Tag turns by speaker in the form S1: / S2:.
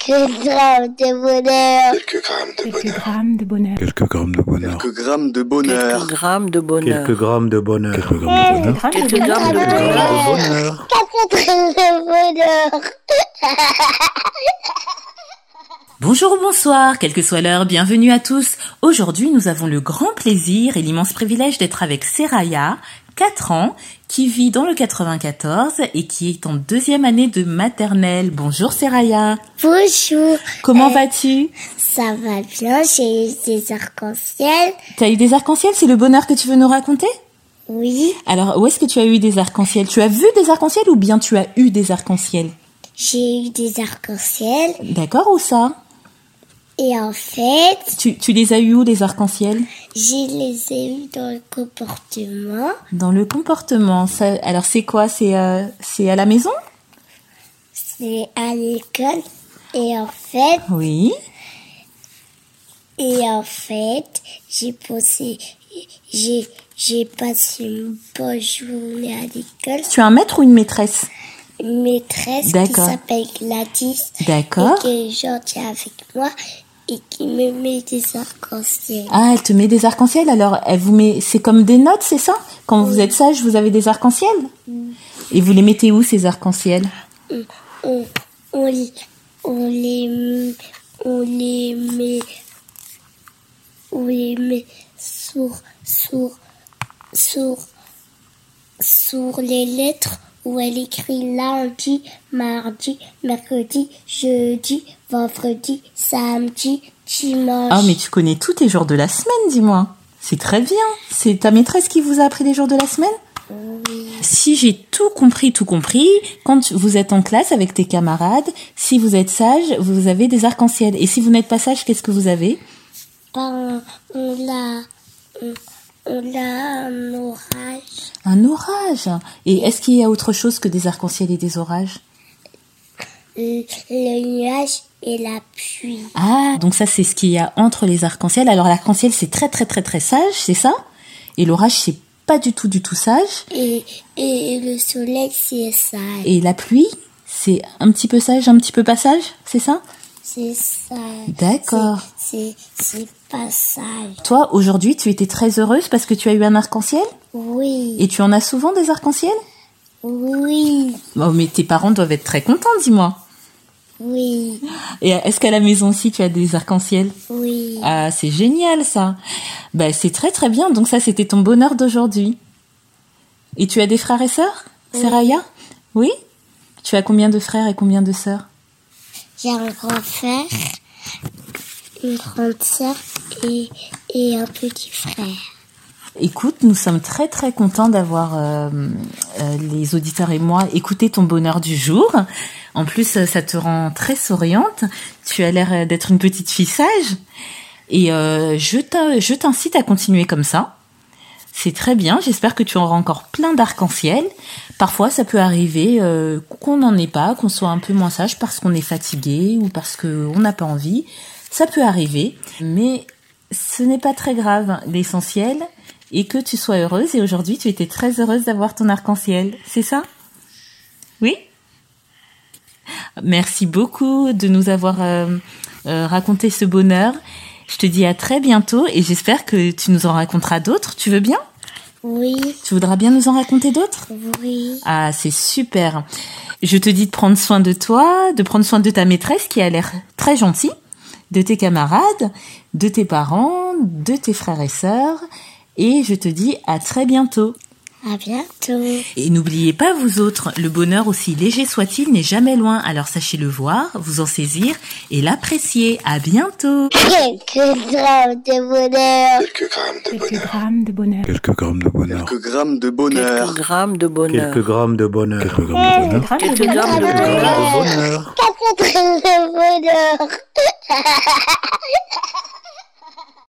S1: Quelques grammes de bonheur.
S2: Quelques grammes de
S3: Quelques
S2: bonheur.
S3: grammes de bonheur.
S4: Quelques grammes de bonheur.
S5: Quelques grammes de
S6: Quelques
S5: bonheur.
S6: grammes de bonheur.
S7: Quelques grammes de bonheur.
S4: Quelques grammes de bonheur.
S3: Quelques
S6: Quelques
S3: grammes
S6: grammes
S3: de
S6: de
S3: bonheur.
S7: bonheur.
S1: Quatre grammes de bonheur.
S8: Bonjour ou bonsoir, quelle que soit l'heure, bienvenue à tous. Aujourd'hui, nous avons le grand plaisir et l'immense privilège d'être avec Seraya, 4 ans, qui vit dans le 94 et qui est en deuxième année de maternelle. Bonjour Seraya,
S1: Bonjour.
S8: comment
S1: Eh.
S8: vas-tu
S1: Ça va bien, j'ai eu des arcs-en-ciel.
S8: T'as eu des arcs-en-ciel, c'est le bonheur que tu veux nous raconter
S1: Oui,
S8: Alors, où est-ce que tu as eu des arcs-en-ciel Tu as vu des arcs-en-ciel ou bien tu as eu des arcs-en-ciel
S1: j'ai eu des arcs-en-ciel.
S8: D'accord, où ça
S1: Et en fait,
S8: tu, tu les as eu où les arcs-en-ciel
S1: je les ai eus dans le comportement.
S8: Dans le comportement. Ça, alors, c'est quoi C'est euh, c'est à la maison
S1: C'est à l'école. Et en fait,
S8: Oui.
S1: et en fait, j'ai passé, j'ai, j'ai passé une bonne journée à l'école.
S8: Tu as un maître ou une maîtresse
S1: Une maîtresse qui
S8: D'accord.
S1: s'appelle Gladys.
S8: D'accord.
S1: Et qui est gentille avec moi et qui me met des arcs-en-ciel.
S8: Ah, elle te met des arcs-en-ciel alors elle vous met c'est comme des notes, c'est ça Quand vous êtes sage, vous avez des arcs-en-ciel Et vous les mettez où ces arcs-en-ciel
S1: on, on, les- on les on les met on les met sur sur sur sur les lettres où elle écrit lundi, mardi, mercredi, jeudi, vendredi, samedi, dimanche.
S8: Ah, mais tu connais tous tes jours de la semaine, dis-moi. C'est très bien. C'est ta maîtresse qui vous a appris les jours de la semaine Si j'ai tout compris, tout compris, quand tu- vous êtes en classe avec tes camarades, si vous êtes sage, vous avez des arcs-en-ciel. Et si vous n'êtes pas sage, qu'est-ce que vous avez
S1: Ben, on l'a on, on l'a un orage,
S8: Un orage. Et est-ce qu'il y a autre chose que des arcs-en-ciel et des orages
S1: le, le nuage et la pluie.
S8: Ah, donc ça c'est ce qu'il y a entre les arcs-en-ciel. Alors l'arc-en-ciel c'est très très très très sage, c'est ça Et l'orage c'est pas du tout du tout sage.
S1: Et, et le soleil, c'est ça.
S8: Et la pluie c'est un petit peu sage, un petit peu pas sage, c'est ça
S1: C'est ça.
S8: D'accord.
S1: C'est c'est- c'est pas ça.
S8: Toi aujourd'hui tu étais très heureuse parce que tu as eu un arc-en-ciel
S1: Oui.
S8: Et tu en as souvent des arcs-en-ciel
S1: Oui.
S8: Oh mais tes parents doivent être très contents, dis-moi.
S1: Oui.
S8: Et est-ce qu'à la maison aussi tu as des arcs-en-ciel
S1: Oui.
S8: Ah c'est génial ça. Bah c'est très très bien, donc ça c'était ton bonheur d'aujourd'hui. Et tu as des frères et sœurs Seraya Oui Tu as combien de frères et combien de sœurs
S1: J'ai un grand frère, une grande sœur et, et un petit frère.
S8: Écoute, nous sommes très très contents d'avoir euh, euh, les auditeurs et moi écouté ton bonheur du jour. En plus, euh, ça te rend très souriante. Tu as l'air euh, d'être une petite fille sage. Et euh, je t'in- je t'incite à continuer comme ça. C'est très bien. J'espère que tu auras encore plein d'arc-en-ciel. Parfois, ça peut arriver euh, qu'on n'en ait pas, qu'on soit un peu moins sage parce qu'on est fatigué ou parce qu'on n'a pas envie. Ça peut arriver, mais ce n'est pas très grave. L'essentiel est que tu sois heureuse. Et aujourd'hui, tu étais très heureuse d'avoir ton arc-en-ciel. C'est ça Oui Merci beaucoup de nous avoir euh, euh, raconté ce bonheur. Je te dis à très bientôt et j'espère que tu nous en raconteras d'autres. Tu veux bien
S1: Oui.
S8: tu voudras bien nous en raconter d'autres
S1: Oui.
S8: Ah, c'est super. Je te dis de prendre soin de toi, de prendre soin de ta maîtresse qui a l'air très gentille, de tes camarades, de tes parents, de tes frères et sœurs. Et je te dis à très bientôt.
S1: À bientôt.
S8: Et n'oubliez pas, vous autres, le bonheur, aussi léger soit-il, n'est jamais loin. Alors sachez le voir, vous en saisir et l'apprécier. À bientôt
S1: Quelques grammes de bonheur.
S2: Quelques grammes de
S3: Quelques
S2: bonheur.
S3: grammes de bonheur.
S4: Quelques grammes de bonheur.
S5: Quelques grammes de bonheur.
S6: Quelques grammes de bonheur.
S7: Quelques grammes de bonheur.
S4: Quelques grammes de bonheur.
S3: Quelques
S6: Quelques
S3: grammes
S6: grammes de bonheur.
S1: Quatre grammes de bonheur.